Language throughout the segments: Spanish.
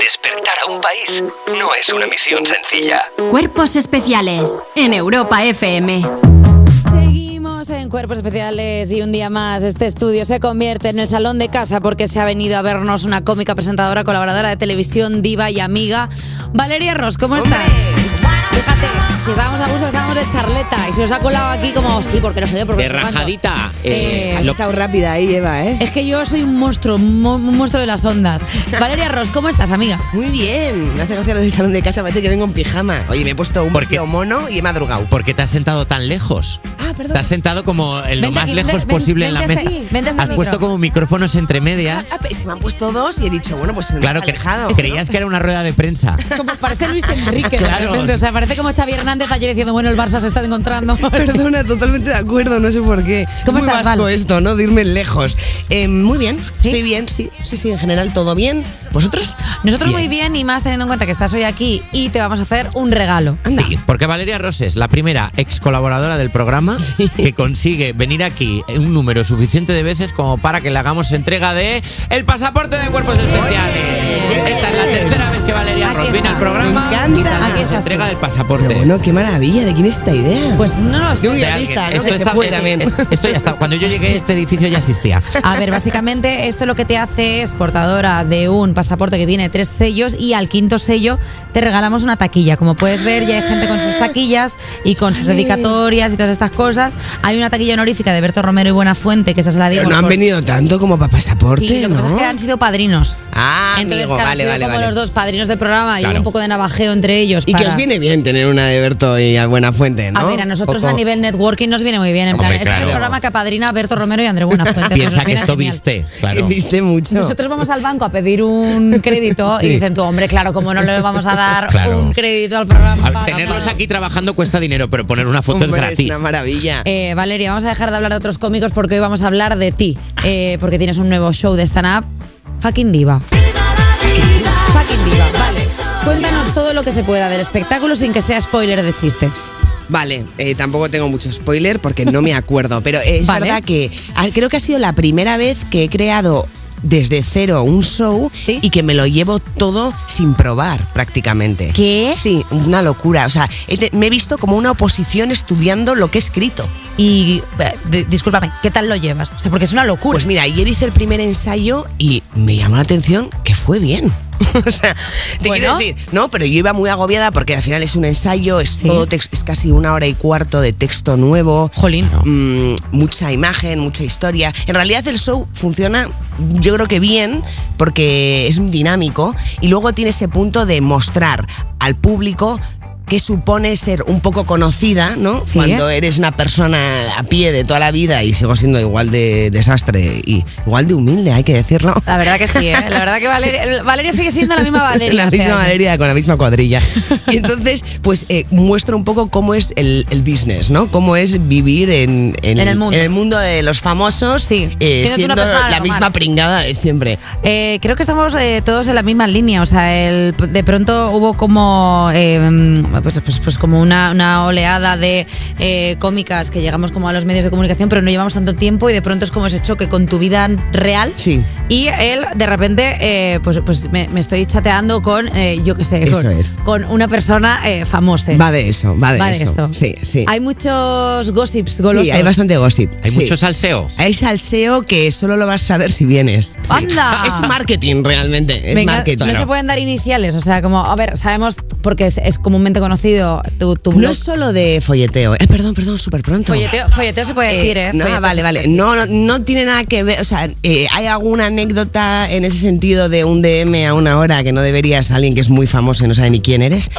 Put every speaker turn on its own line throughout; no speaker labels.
Despertar a un país no es una misión sencilla.
Cuerpos especiales en Europa FM.
Seguimos en Cuerpos Especiales y un día más este estudio se convierte en el salón de casa porque se ha venido a vernos una cómica presentadora, colaboradora de televisión, diva y amiga. Valeria Ross, ¿cómo estás? Fíjate, si estábamos a gusto, estábamos de charleta y se nos ha colado aquí como, sí, porque no sé, porque
De
no sé cuándo".
rajadita.
Eh,
Eh,
has
lo-
estado rápida ahí, Eva, ¿eh?
Es que yo soy un monstruo, un mo- un monstruo de las ondas. Valeria Ross, ¿cómo estás, amiga?
Muy bien. Me hace gracia lo del salón de casa, parece que vengo en pijama. Oye, me he puesto un
¿Por qué?
vestido mono y he madrugado.
¿Por qué te has sentado tan lejos?
Ah, perdón.
Te has sentado como en lo
Vente
más
aquí,
lejos
vente- ven-
posible en la
vente a
mesa.
este- vente a este
Has puesto
micro.
como micrófonos entre medias.
Ah, pero se me han puesto dos y he dicho, bueno, pues
ah,
Claro, que
alejado.
creías que era una rueda de prensa.
Como parece Luis Enrique, de
Claro.
repente. O sea, parece como Xavi Hernández ayer diciendo, bueno, el Barça se está encontrando.
Perdona, totalmente de acuerdo, no sé por qué.
¿Cómo
muy
estás,
vasco
Val?
esto, ¿no? De irme lejos. Eh, muy bien,
¿Sí? Eh.
estoy bien, sí, sí, sí, en general todo bien. ¿Vosotros?
Nosotros muy bien y más teniendo en cuenta que estás hoy aquí y te vamos a hacer un regalo.
Anda.
Sí, porque Valeria Roses, la primera ex colaboradora del programa, que consigue venir aquí un número suficiente de veces como para que le hagamos entrega de el pasaporte de cuerpos especiales. Esta es la tercera vez que Valeria
Aquí
Ros viene
está.
al programa
Me encanta.
y
Aquí
nos
estás
entrega
tú.
del pasaporte.
Pero bueno, qué maravilla, ¿de quién es esta idea?
Pues no lo
De
estoy.
un
De alguien.
guionista, ¿no?
Esto
Que se
está-
puede
es-
también.
es- esto ya está. Cuando yo llegué este edificio ya existía.
A ver, básicamente esto lo que te hace es portadora de un pasaporte que tiene tres sellos y al quinto sello te regalamos una taquilla. Como puedes ver, ya hay gente con sus taquillas y con sus dedicatorias y todas estas cosas. Hay una taquilla honorífica de Berto Romero y Buenafuente, que esa se la digo.
Pero no han venido tanto como para pasaporte,
pues, Sí, lo que
¿no?
pasa es que han sido padrinos.
Ah,
Entonces,
amigo,
claro,
vale,
han sido
vale,
como
vale.
los dos padrinos del programa y
Claro.
hubo un poco de navajeo entre ellos.
Y que
para-
os viene bien tener una de Berto y a buena fuente, ¿no?
A ver, a nosotros
Poco-
a nivel networking nos viene muy bien. En
Hombre,
plan, este es el
claro.
programa que apadrina Berto Romero y André Buenafuente. entonces
Piensa
nos
que
viene
esto
genial.
viste. Claro.
Viste mucho.
Nosotros vamos al banco a pedir un crédito y dicen tú, hombre, claro, como no le vamos a dar
Claro.
un crédito al programa.
Al
paga,
tenerlos
paga.
aquí trabajando cuesta dinero, pero poner una foto
Hombre,
es gratis.
una maravilla.
Eh, Valeria, vamos a dejar de hablar de otros cómicos porque hoy vamos a hablar de ti. eh, porque tienes un nuevo show de stand-up, Fucking Diva. Fucking Diva, vale. Cuéntanos todo lo que se pueda del espectáculo sin que sea spoiler de chiste.
Vale, eh, tampoco tengo mucho spoiler porque no me acuerdo, pero es
Vale.
verdad que ah, creo que ha sido la primera vez que he creado desde cero un show
Sí.
y que me lo llevo todo sin probar prácticamente.
¿Qué?
Sí, una locura. O sea, he te- me he visto como una oposición estudiando lo que he escrito.
Y eh, di- discúlpame, ¿qué tal lo llevas? O sea, porque es una locura.
Pues mira, ayer hice el primer ensayo y me llamó la atención que fue bien. o sea, te
Bueno.
quiero decir, no, pero yo iba muy agobiada porque al final es un ensayo, es,
Sí.
todo tex- es casi una hora y cuarto de texto nuevo.
Jolín.
Mm, mucha imagen, mucha historia. En realidad el show funciona, yo creo que bien, porque es dinámico y luego tiene ese punto de mostrar al público que supone ser un poco conocida, ¿no?
Sí.
Cuando eres una persona a pie de toda la vida y sigo siendo igual de desastre y igual de humilde, hay que decirlo.
La verdad que sí, ¿eh? La verdad que Valeria, Valeria sigue siendo la misma Valeria.
La
o sea,
misma Valeria con la misma cuadrilla. Y entonces, pues eh, muestra un poco cómo es el, el business, ¿no? Cómo es vivir en,
En el mundo.
de los famosos,
Sí,
eh,
siendo tú una
siendo
persona
la
normal.
misma pringada de siempre.
Eh, creo que estamos eh, todos en la misma línea. O sea, el- de pronto hubo como eh, pues, pues- pues como una, una oleada de eh, cómicas que llegamos como a los medios de comunicación, pero no llevamos tanto tiempo y de pronto es como ese choque con tu vida real.
Sí.
Y él, de repente, eh, pues, pues me, me estoy chateando con, eh, yo qué sé,
Eso
con,
es.
con una persona eh, famosa.
Va de eso, va Ah, de
Va
eso.
esto.
Sí, sí.
Hay muchos gossips
Sí,
golosos.
hay bastante gossip.
Hay
sí.
mucho salseo.
Hay salseo que solo lo vas a saber si vienes. Sí.
Ah,
¡Anda!
Es marketing
¿eh?
realmente, es
Venga,
marketing.
No se pueden dar iniciales, o sea, como, a ver, sabemos, porque es, es comúnmente conocido tu, tu
No
blog.
es solo de folleteo. Eh, perdón, perdón, súper pronto.
folleteo, folleteo se puede decir, ¿eh?
no,
Folleteo
vale,
se-
vale. No, no, no tiene nada que ver. O sea, eh, ¿hay alguna anécdota en ese sentido de un DM a una hora que no deberías a alguien que es muy famoso y no sabe ni quién eres?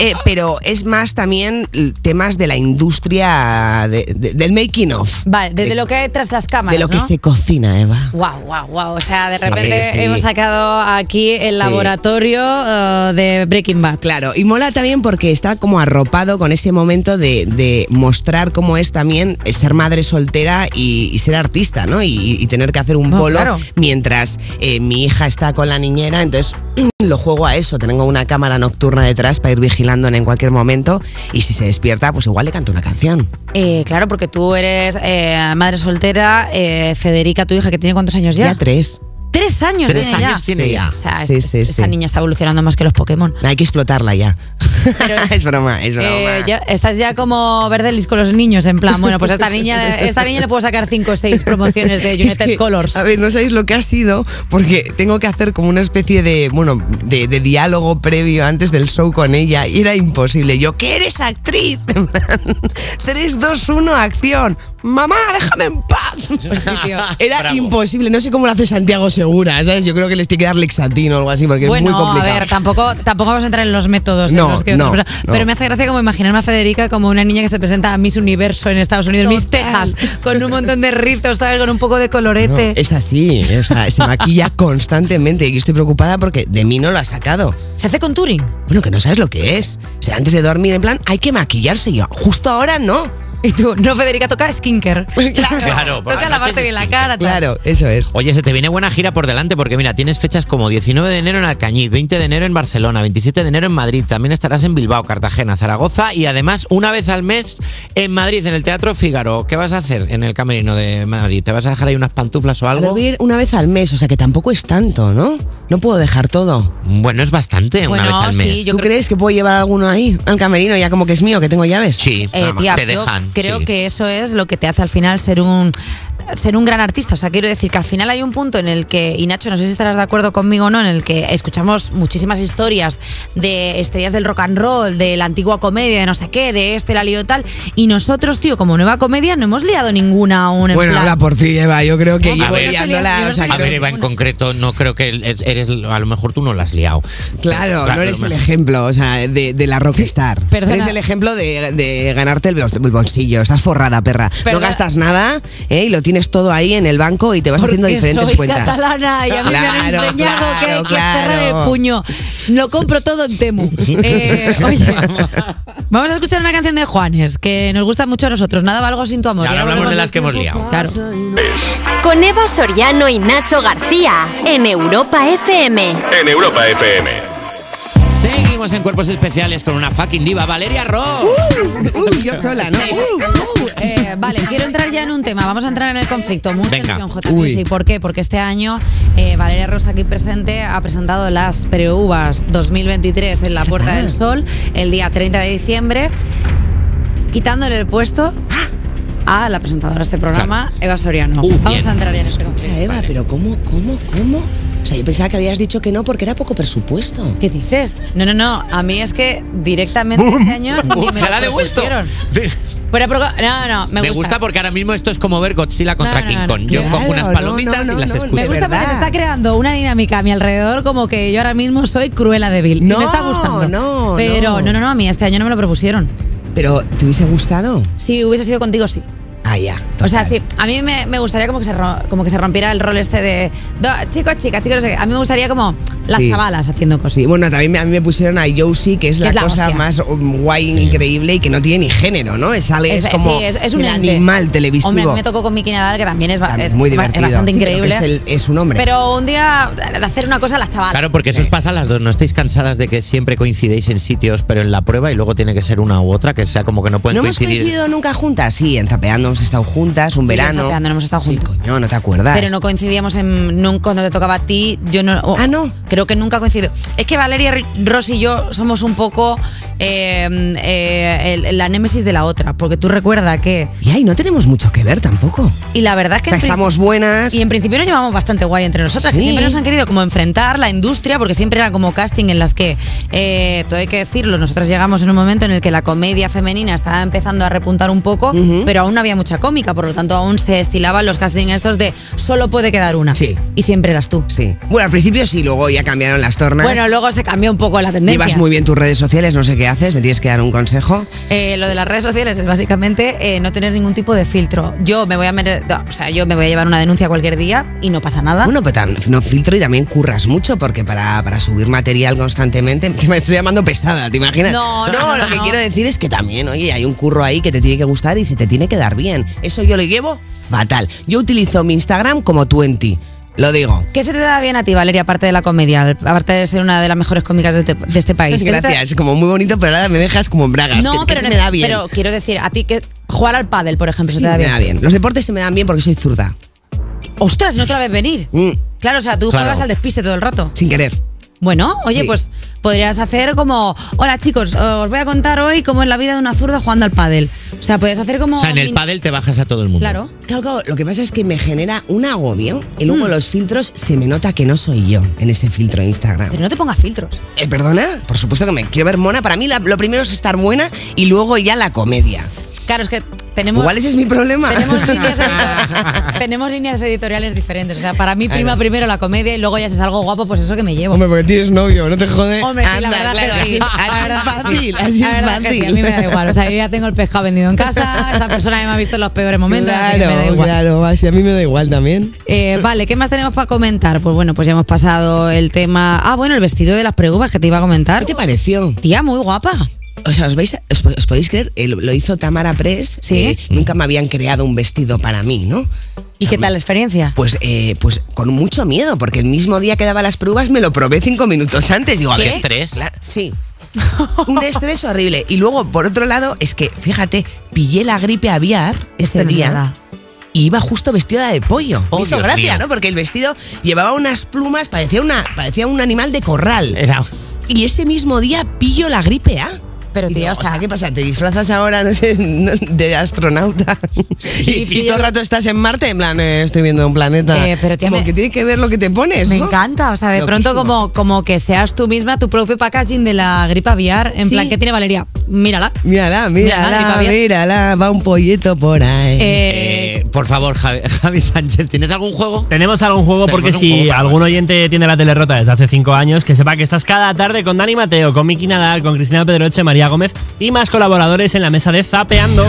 Eh, pero es más también l- temas de la industria de- de- del making of.
Vale, desde
De-
lo que hay tras las cámaras,
De lo que se cocina, Eva.
Wow, wow, wow. O sea, de repente
sí.
hemos sacado aquí el laboratorio eh, de Breaking Bad.
Claro, y mola también porque está como arropado con ese momento de, de mostrar cómo es también ser madre soltera y, y ser artista, ¿no? Y, y tener que hacer un
Oh,
bolo
claro.
mientras eh, mi hija está con la niñera, entonces lo juego a eso. Tengo una cámara nocturna detrás para ir vigilándole en cualquier momento y si se despierta, pues igual le canto una canción.
Eh, claro, porque tú eres eh, madre soltera, eh, Federica, tu hija, que tiene cuántos años ya.
Ya tres.
Tres años
Tres
tiene
años
ya.
tiene ya.
O sea, es-
Sí, sí,
es- esa
sí.
niña está evolucionando más que los Pokémon.
Hay que explotarla ya.
Pero es-
es broma, es broma.
Eh, ya- estás ya como Verdelis con los niños, en plan, bueno, pues a esta niña, esta niña le puedo sacar cinco o seis promociones de
Es
United
que,
Colors.
A ver, no sabéis lo que ha sido, porque tengo que hacer como una especie de, bueno, de, de diálogo previo antes del show con ella y era imposible. Yo, que eres actriz? 3, 2, 1, acción. Mamá, déjame en paz.
Pues tío.
Era
Bravo.
imposible, no sé cómo lo hace Santiago Segura, ¿sabes? Yo creo que les tiene que dar lexatín o algo así, porque es muy
Bueno, a
complicado.
ver, tampoco, tampoco vamos a entrar en los métodos. en
No,
los que-
no,
Pero
no.
me hace gracia como imaginarme a Federica como una niña que se presenta a Miss Universo en Estados Unidos, Miss
Total.
Texas, con un montón de rizos, ¿sabes? Con un poco de colorete.
Es así, o sea, se maquilla constantemente y estoy preocupada porque de mí no lo ha sacado.
Se hace con Turing.
Bueno, que no sabes lo que es. O sea, antes de dormir, en plan, hay que maquillarse. Y Yo, justo ahora no.
Y tú, no, Federica, toca skinker.
Claro.
Claro, por
toca
las
lavarte
noches
bien la
skincare,
cara. tal.
Claro, eso es.
Oye, se te viene buena gira por delante porque mira, tienes fechas como 19 de enero en Alcañiz, 20 de enero en Barcelona, 27 de enero en Madrid, también estarás en Bilbao, Cartagena, Zaragoza y además una vez al mes en Madrid, en el Teatro Fígaro. ¿Qué vas a hacer en el camerino de Madrid? ¿Te vas a dejar ahí unas pantuflas o algo?
Dormir una vez al mes, o sea que tampoco es tanto, ¿no? No puedo dejar todo.
Bueno, es bastante
Bueno,
una vez al
sí,
mes.
Yo
¿Tú
creo-
crees que puedo llevar alguno ahí al camerino ya como que es mío, que tengo llaves?
Sí,
Eh,
nada más,
tía,
te
yo
dejan.
creo
sí.
que eso es lo que te hace al final ser un ser un gran artista. O sea, quiero decir que al final hay un punto en el que, y Nacho, no sé si estarás de acuerdo conmigo o no, en el que escuchamos muchísimas historias de estrellas del rock and roll, de la antigua comedia, de no sé qué, de este, la lío tal, y nosotros, tío, como nueva comedia, no hemos liado ninguna aún. en
Bueno,
plan-
habla por ti, Eva. Yo creo que
No,
llevo
a ver,
liándola, o sea,
yo no
A
creo-
ver, Eva, en concreto, no creo que eres, eres- A lo mejor tú no la has liado.
Claro, no
a
eres
lo
el
mejor.
ejemplo, o sea, de, de la rockstar.
Perdona.
Eres el ejemplo de, de ganarte el bol- el bolsillo. Estás forrada, perra. No
Perdona.
gastas nada ¿eh? y lo tienes todo ahí en el banco y te vas haciendo
Porque
diferentes
soy
cuentas.
catalana y a mí me han
Claro,
enseñado que hay
claro,
que cerrar
claro.
el puño. Lo compro todo en Temu. Eh, oye, vamos a escuchar una canción de Juanes que nos gusta mucho a nosotros. Nada valgo sin tu amor.
Y ahora hablamos
volvemos
de las
al
que hemos
tiempo.
liado.
Claro.
Con Eva Soriano y Nacho García en Europa FM.
En Europa FM.
Seguimos en cuerpos especiales con una fucking diva, Valeria Ross.
Uy, uh, yo sola, ¿no?
Uh, eh, vale, quiero entrar ya en un tema. Vamos a entrar en el conflicto. Mucha
Venga.
ilusión,
Uy.
JPS. ¿Y por qué? Porque este año eh, Valeria Rosa, aquí presente, ha presentado las Preuvas 2023 en la Puerta del Sol el día 30 de diciembre, quitándole el puesto a la presentadora de este programa, Eva Soriano.
Uh,
Vamos
bien.
a entrar ya en ese conflicto.
Escucha, Eva,
Vale.
pero ¿cómo, cómo, cómo? O sea, yo pensaba que habías dicho que no porque era poco presupuesto.
¿Qué dices? No, no, no. A mí es que directamente este año ni me
Uh, Se
lo
la ha devuelto.
propusieron.
De-
Fuera proga- No, no, me
Me
gusta.
gusta porque ahora mismo esto es como ver Godzilla
No,
contra
no,
King
no,
Kong.
no.
Yo
Claro,
cojo unas
no,
palomitas
no,
y las
no, no,
escucho.
Me
De
gusta porque se
verdad.
está creando una dinámica a mi alrededor como que yo ahora mismo soy cruela débil. y
No,
me está gustando.
no,
Pero
no.
no, no, no, a mí este año no me lo propusieron.
Pero, ¿te hubiese gustado?
Si hubiese sido contigo, sí.
Ah, ya.
O sea,
total.
sí, a mí me, me gustaría como que, se ro- como que se rompiera el rol este de do- chicos, chicas, chicos, no sé qué. A mí me gustaría como las
Sí.
chavalas haciendo cosas.
Pues Sí, bueno, también me- a mí me pusieron a Josie, que es la,
Es la
cosa
hostia.
más um, guay, increíble y que no tiene ni género, ¿no? Es, sale- es
Es-
como
sí, es- es un
un
arte.
animal televisivo.
Hombre, a mí me tocó con Miki Nadal, que también es, ba-
También
es-
muy
es ba- es
divertido.
bastante
Sí, pero que
increíble.
Es, el- es un hombre.
Pero un día de hacer una cosa a las chavalas.
Claro, porque eso os pasa a las dos. ¿No estáis cansadas de que siempre coincidéis en sitios, pero en la prueba y luego tiene que ser una u otra, que sea como que no pueden
¿No hemos
coincidir?
coincidido nunca juntas? Sí, en Zapeando hemos estado juntas, un
en
verano.
Zapeando no hemos estado
Sí,
juntas.
coño, no te acuerdas.
Pero no coincidíamos en nun- cuando te tocaba a ti. Yo no. o-
Ah, ¿no?
Creo que nunca coincido. Es que Valeria R- Ross y yo somos un poco eh, eh, el- la némesis de la otra, porque tú recuerdas que
Y ahí no tenemos mucho que ver tampoco.
y la verdad es
O
que
sea,
en prin-
estamos buenas.
y en principio nos llevamos bastante guay entre nosotras, que
Sí.
siempre nos han querido como enfrentar la industria, porque siempre era como casting en las que, eh, todo hay que decirlo, nosotras llegamos en un momento en el que la comedia femenina estaba empezando a repuntar un poco, pero aún no había mucha cómica, por lo tanto aún se estilaban los castings estos de solo puede quedar una.
Sí.
Y siempre eras tú.
Sí. Bueno, al principio sí, luego ya cambiaron las tornas.
Bueno, luego se cambió un poco la tendencia.
Llevas muy bien tus redes sociales, no sé qué haces, me tienes que dar un consejo.
Eh, lo de las redes sociales es básicamente eh, no tener ningún tipo de filtro. Yo me voy a meter- no, o sea, yo me voy a llevar una denuncia cualquier día y no pasa nada.
Bueno, pero tan- no filtro y también curras mucho porque para, para subir material constantemente. Me estoy llamando pesada, ¿te imaginas?
No, no, no,
lo
no,
que
no.
quiero decir es que también, oye, hay un curro ahí que te tiene que gustar y se te tiene que dar bien. Eso yo lo llevo fatal. Yo utilizo mi Instagram como 20. Lo digo.
¿Qué se te da bien a ti, Valeria, aparte de la comedia, aparte de ser una de las mejores cómicas de, este- de este país? ¿Qué se te-
Pues Gracias, como muy bonito, pero ahora me dejas como en bragas. que-
No,
que
pero,
se
no-
me da bien.
pero quiero decir, a ti que jugar al pádel, por ejemplo,
Sí,
se te da
me
bien.
da bien. Los deportes se me dan bien porque soy zurda.
Ostras, no te la ves venir.
Mm.
Claro, o sea, tú
Claro.
jugabas al despiste todo el rato.
sin querer.
Bueno, oye,
Sí.
pues podrías hacer como, hola chicos, os voy a contar hoy cómo es la vida de una zurda jugando al pádel. O sea, podrías hacer como...
O sea, en el
mini-
pádel te bajas a todo el mundo.
Claro.
Claro, claro, lo que pasa es que me genera un agobio y
Mm.
luego los filtros se me nota que no soy yo en ese filtro de Instagram.
Pero no te pongas filtros.
Eh, ¿Perdona? Por supuesto que me quiero ver mona. Para mí la- lo primero es estar buena y luego ya la comedia.
Claro, es que tenemos...
Igual ese es mi problema.
Tenemos líneas, editoriales, tenemos líneas editoriales diferentes. O sea, para mí prima primero la comedia y luego ya si salgo guapo, pues eso que me llevo.
Hombre, porque tienes novio, no te jodes.
Hombre, sí, la
Anda,
verdad
claro,
que sí.
así-
La verdad
así
que sí.
es fácil, así
La
es
verdad que sí,
fácil.
a mí me da igual. O sea, yo ya tengo el pescado vendido en casa. Esa persona ya me ha visto en los peores momentos. así que me da igual.
va, sí, a mí me da igual también.
Eh, vale, ¿qué más tenemos para comentar? Pues bueno, pues ya hemos pasado el tema. Ah, bueno, el vestido de las pregubas que te iba a comentar.
¿Qué te pareció?
Tía, muy guapa.
O sea, os, vais a- os, po- os podéis creer, Eh, lo, lo hizo Tamara Press.
Sí.
eh, nunca me habían creado un vestido para mí, ¿no?
¿Y qué tal la experiencia?
Pues, eh, pues con mucho miedo, porque el mismo día que daba las pruebas me lo probé cinco minutos antes. Digo, a
¿Qué?
ver,
estrés?
Claro, sí. Un estrés horrible. Y luego, por otro lado, es que, fíjate, pillé la gripe aviar este
no es
día.
verdad.
y iba justo vestida de pollo. Me
Oh,
hizo
Dios
gracia,
mío.
¿no? Porque el vestido llevaba unas plumas, parecía, una, parecía un animal de corral.
Era-
Y ese mismo día pillo la gripe A.
Pero,
Y
tía,
digo,
o sea-
¿qué pasa? ¿Te disfrazas ahora, no sé, no- de astronauta? y, y
pillo-
todo el rato estás en Marte, en plan, eh, estoy viendo un planeta.
Eh, pero, tía,
Como
me-
que tienes que ver lo que te pones,
Me
¿no?
encanta, o sea, de
Loquísimo.
pronto como, como que seas tú misma tu propio packaging de la gripa aviar, en
Sí.
plan, ¿qué tiene Valeria? Mírala.
Mírala,
Mírala,
mírala,
que va bien.
mírala, va un pollito por ahí.
Eh,
Eh, por favor, Javi, Javi Sánchez, ¿tienes algún juego?
Tenemos algún juego
Tenemos
porque
un
si
juego para
algún oyente tiene la tele rota desde hace 5 años, que sepa que estás cada tarde con Dani Mateo, con Miki Nadal, con Cristina Pedroche, María Gómez y más colaboradores en la mesa de Zapeando.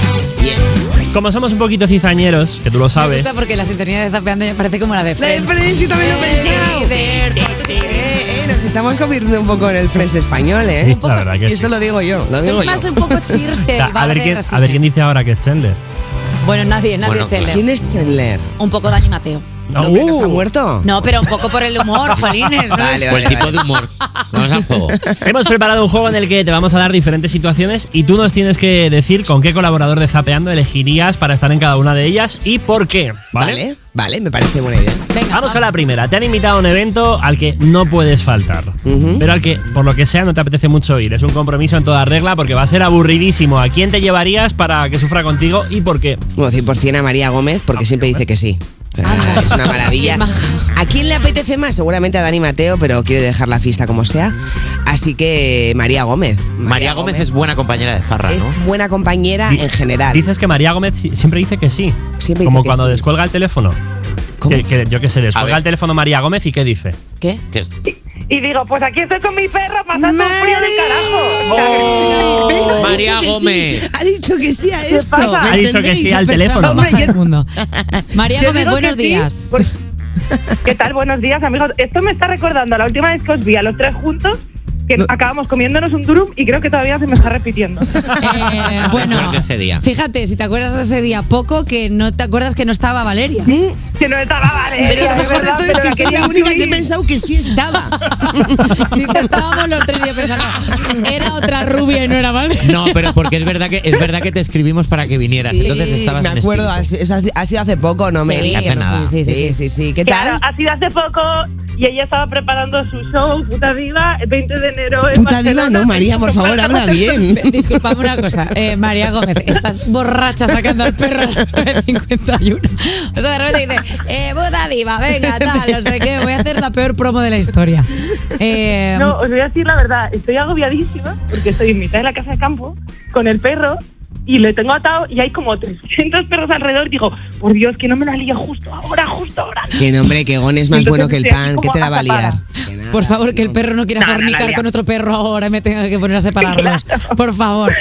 Como somos un poquito cizañeros, que tú lo
me
sabes.
gusta porque la sintonía de Zapeando me parece como la de
La de
Friends.
Friends, yo también lo he pensado. Eh, eh, nos estamos convirtiendo un poco en el Friends español, ¿eh?
Sí, la verdad que
y esto
sí.
lo digo yo, lo digo
Es
yo.
más un poco cheers que el
A
bar
ver,
de
quién, a
Resines.
ver quién dice ahora que es Chandler.
Bueno, nadie, nadie
Bueno,
es Chandler.
¿Quién es Chandler?
Un poco Dani Mateo.
Uh.
No, hombre, ¿no está muerto?
No, pero un poco por el humor, jolines. ¿no?
Vale,
O el tipo de humor. Vamos al juego.
Hemos preparado un juego en el que te vamos a dar diferentes situaciones y tú nos tienes que decir con qué colaborador de Zapeando elegirías para estar en cada una de ellas y por qué. ¿Vale?
Vale, vale, me parece buena idea.
Venga,
Vamos
vamos.
con la primera. Te han invitado a un evento al que no puedes faltar, pero al que, por lo que sea, no te apetece mucho ir. Es un compromiso en toda regla porque va a ser aburridísimo. ¿A quién te llevarías para que sufra contigo y por qué?
Bueno, 100% a María Gómez, porque siempre dice que sí.
Anda.
Es una maravilla. ¿A quién le apetece más? Seguramente a Dani Mateo, pero quiere dejar la fiesta como sea. Así que María Gómez.
María Gómez es buena compañera de Farra,
es
¿no?
buena compañera
Di-
en general.
Dices que María Gómez si- siempre dice que sí.
Siempre dice
Como
que
cuando
sí.
descuelga el teléfono.
¿Cómo?
Que, que yo qué sé,
A ver.
descuelga el teléfono María Gómez y qué dice.
¿Qué?
Que es-
Y digo, pues aquí estoy con mi perro pasando un frío de carajo. O sea,
¿Ves?
María
Ha dicho que sí.
Gómez.
Oh. Ha dicho que sí a esto.
pasa?
¿me
Ha dicho que
entendéis?
sí al
Persona
teléfono.
más
Hombre, yo-
del mundo. María
yo
Gómez,
digo que
buenos
sí,
días.
por- ¿Qué tal? Buenos días, amigos. Esto me está recordando a la última vez que os vi a los tres juntos, que acabamos comiéndonos un durum y creo que todavía se me está repitiendo.
Eh, bueno,
Recuerdo ese día.
fíjate, si te acuerdas de ese día poco, que no te acuerdas que no estaba Valeria.
que no estaba vale.
Pero lo mejor de todo es que soy la única que he pensado que sí estaba.
Dice, estábamos los tres y yo pensando, era otra rubia y no era Valeria.
No, pero porque es verdad que es verdad que te escribimos para que vinieras. Entonces
Sí,
estabas
me
en
acuerdo, ha,
espíritu.
sido- ha sido- ha sido hace poco, no me
Sí,
hace nada.
sí, sí, sí,
¿Qué
Claro,
tal?
ha sido hace poco y ella estaba preparando su show, Puta Diva, el 20 de enero. en
Puta diva,
Barcelona.
no, María, por favor, habla bien.
Disculpame una cosa, eh, María Gómez, estás borracha sacando al perro a las 9.51. O sea, de repente dice, eh, puta diva, venga, tal, no sé qué, voy a hacer la peor promo de la historia. Eh,
No, os voy a decir la verdad, estoy agobiadísima porque estoy en mitad de la casa de campo con el perro y le tengo atado y hay como 300 perros alrededor. Digo, por Dios, que no me la lía justo ahora, justo ahora.
Que nombre, que Gon es más
Entonces,
bueno que el
estoy así
pan, que
como
te la va a liar.
atrapada.
Que nada,
Por favor, que el
no.
perro no quiera
No, no, no,
fornicar
ya.
con otro perro ahora y me tenga que poner a separarlos. Por favor.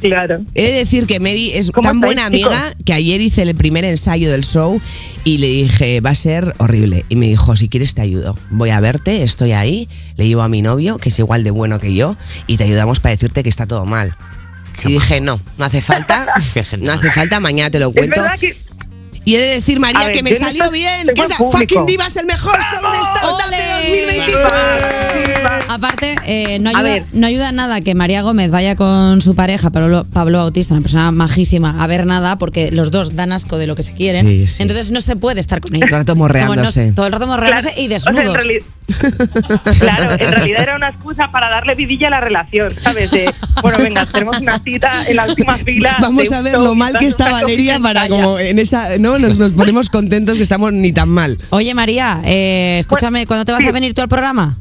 Claro.
He de decir que Mary es
¿Cómo
tan buena
estáis,
amiga que ayer hice el primer ensayo del show y le dije, va a ser horrible. Y me dijo, si quieres te ayudo. Voy a verte, estoy ahí, le llevo a mi novio, que es igual de bueno que yo, y te ayudamos para decirte que está todo mal. y dije, no, no hace falta,
Qué gente.
no hace falta, mañana te lo
Es
cuento.
verdad que
Y he de decir, María,
A ver,
que me
yo no
salió
soy-
bien.
soy
Que
buen
esa
público.
fucking diva es el mejor show de stand-up
¡Ole!
de 2024.
Aparte, eh, no,
A
ayuda,
ver.
no ayuda nada que María Gómez vaya con su pareja, Pablo, Pablo Bautista, una persona majísima, a ver nada, porque los dos dan asco de lo que se quieren.
Sí, sí.
Entonces no se puede estar con ellos.
Todo el rato
Como
morreándose.
no- todo el rato morreándose y desnudos.
O sea, en reali- claro, en realidad era una excusa para darle vidilla a la relación, ¿sabes? De, bueno, venga, tenemos una cita en la última fila.
Vamos
de
a
un
ver
show,
lo mal
quizás
que está
una
Valeria
cosita
para
en talla.
como en esa. No, nos, nos ponemos contentos que estamos ni tan mal.
Oye, María, eh, escúchame, ¿cuándo te vas a venir tú al programa?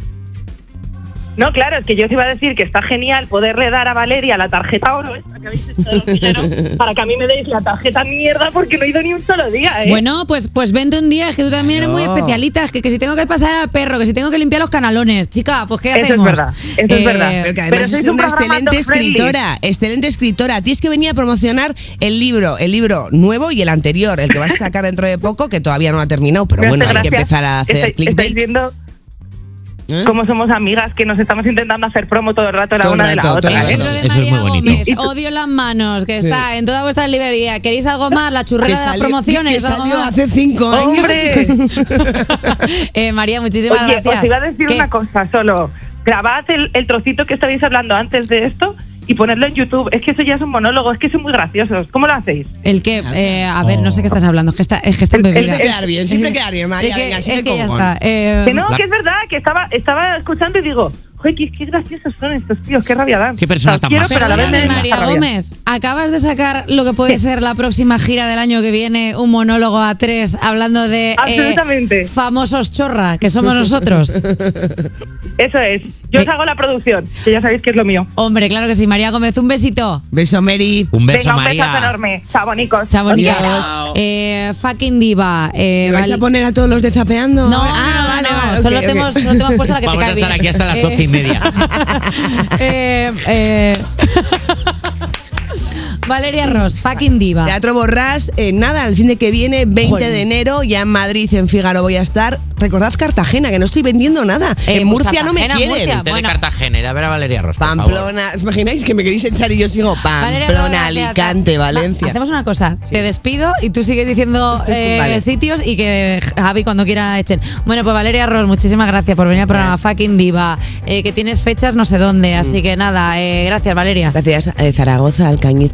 No, claro, es que yo os iba a decir que está genial poderle dar a Valeria la tarjeta oro, esta que habéis hecho de los dineros, para que a mí me deis la tarjeta mierda porque no he ido ni un solo día, ¿eh?
Bueno, pues, pues vente un día, es que tú también eres muy
No.
especialita, es que, que si tengo que pasar al perro, que si tengo que limpiar los canalones, chica, pues ¿qué
Eso es
hacemos? Eh,
verdad, eso es verdad.
Pero que
Pero
además
sois
es
un
una
programa
excelente
dog friendly.
escritora, excelente escritora. Tienes que venir a promocionar el libro, el libro nuevo y el anterior, el que vas a sacar dentro de poco, que todavía no ha terminado, pero
Me hace
bueno, hay que
gracia.
empezar a hacer
Estáis- Estáis
clickbait.
viendo
¿eh?
cómo somos amigas, que nos estamos intentando hacer promo todo el rato la
Todo el
una de la
rato, todo
otra.
el
El
rato.
libro
¿eh?
de
Eso es
María
muy bonito.
Gómez, Odio las manos, que está en toda vuestra librería. ¿Queréis algo más? La
Que
churrera de las
salió- que
promociones. algo
salió
más?
hace cinco años.
¡Hombre!
Eh, María, muchísimas
Oye,
gracias.
os iba a decir
¿Qué?
una cosa solo. Grabad el, el trocito que estabais hablando antes de esto y ponedlo en YouTube. Es que eso ya es un monólogo, es que son muy graciosos. ¿Cómo lo hacéis?
El que, eh, a ver, no sé qué
Oh.
estás hablando, es que está, es que está
El- el-
bebida.
Siempre quedar bien, siempre quedar bien, María.
Es que,
venga,
es
siempre
que ya
con-
está. eh,
Que no,
la-
que es verdad, que estaba, estaba escuchando y digo, joder, qué, qué graciosos son estos tíos, qué rabia dan.
Qué persona
Los
tan
quiero,
maja.
pero a la vez me
Perdóname,
dan
María
rabia.
Gómez, acabas de sacar lo que puede ser la próxima gira del año que viene, un monólogo a tres hablando de eh,
Absolutamente.
famosos chorra, que somos nosotros.
Eso es. Yo os
Eh.
hago la producción, que ya sabéis que es lo mío.
Hombre, claro que sí, María Gómez, un besito.
Beso, Mary.
Un beso,
Venga, un
María.
besazo enorme. Chabonicos.
Chabonica.
Adiós.
Eh, fucking diva. eh,
¿Me ¿Vais
Val-
a poner a todos los de zapeando?
No,
ahora?
ah, vale, vale.
ok,
Solo,
ok.
te hemos, solo te hemos puesto la que te
Vamos a
cae
estar
bien.
aquí hasta las
Eh,
doce y media.
eh, eh, Valeria Ross, fucking diva.
Teatro Borrás, eh, nada, el fin de que viene, 20
Jolín.
de enero, ya en Madrid, en Fígaro voy a estar. Recordad Cartagena, que no estoy vendiendo nada.
Eh,
en Murcia no me
Cartagena,
quieren.
Murcia.
Gente
Bueno.
de Cartagena, ir a ver a Valeria Ross. por favor.
Pamplona, ¿os imagináis que me queréis echar y yo sigo
Valeria
Pamplona,
Ross,
Alicante,
Va,
Valencia.
Hacemos una cosa, te despido y tú sigues diciendo eh,
Vale.
sitios y que Javi cuando quiera echen. Bueno, pues Valeria Ross, muchísimas gracias por venir al programa Fucking Diva, eh, que tienes fechas no sé dónde, así
Mm.
que nada, eh, gracias Valeria.
Gracias, eh, Zaragoza, Alcañiz,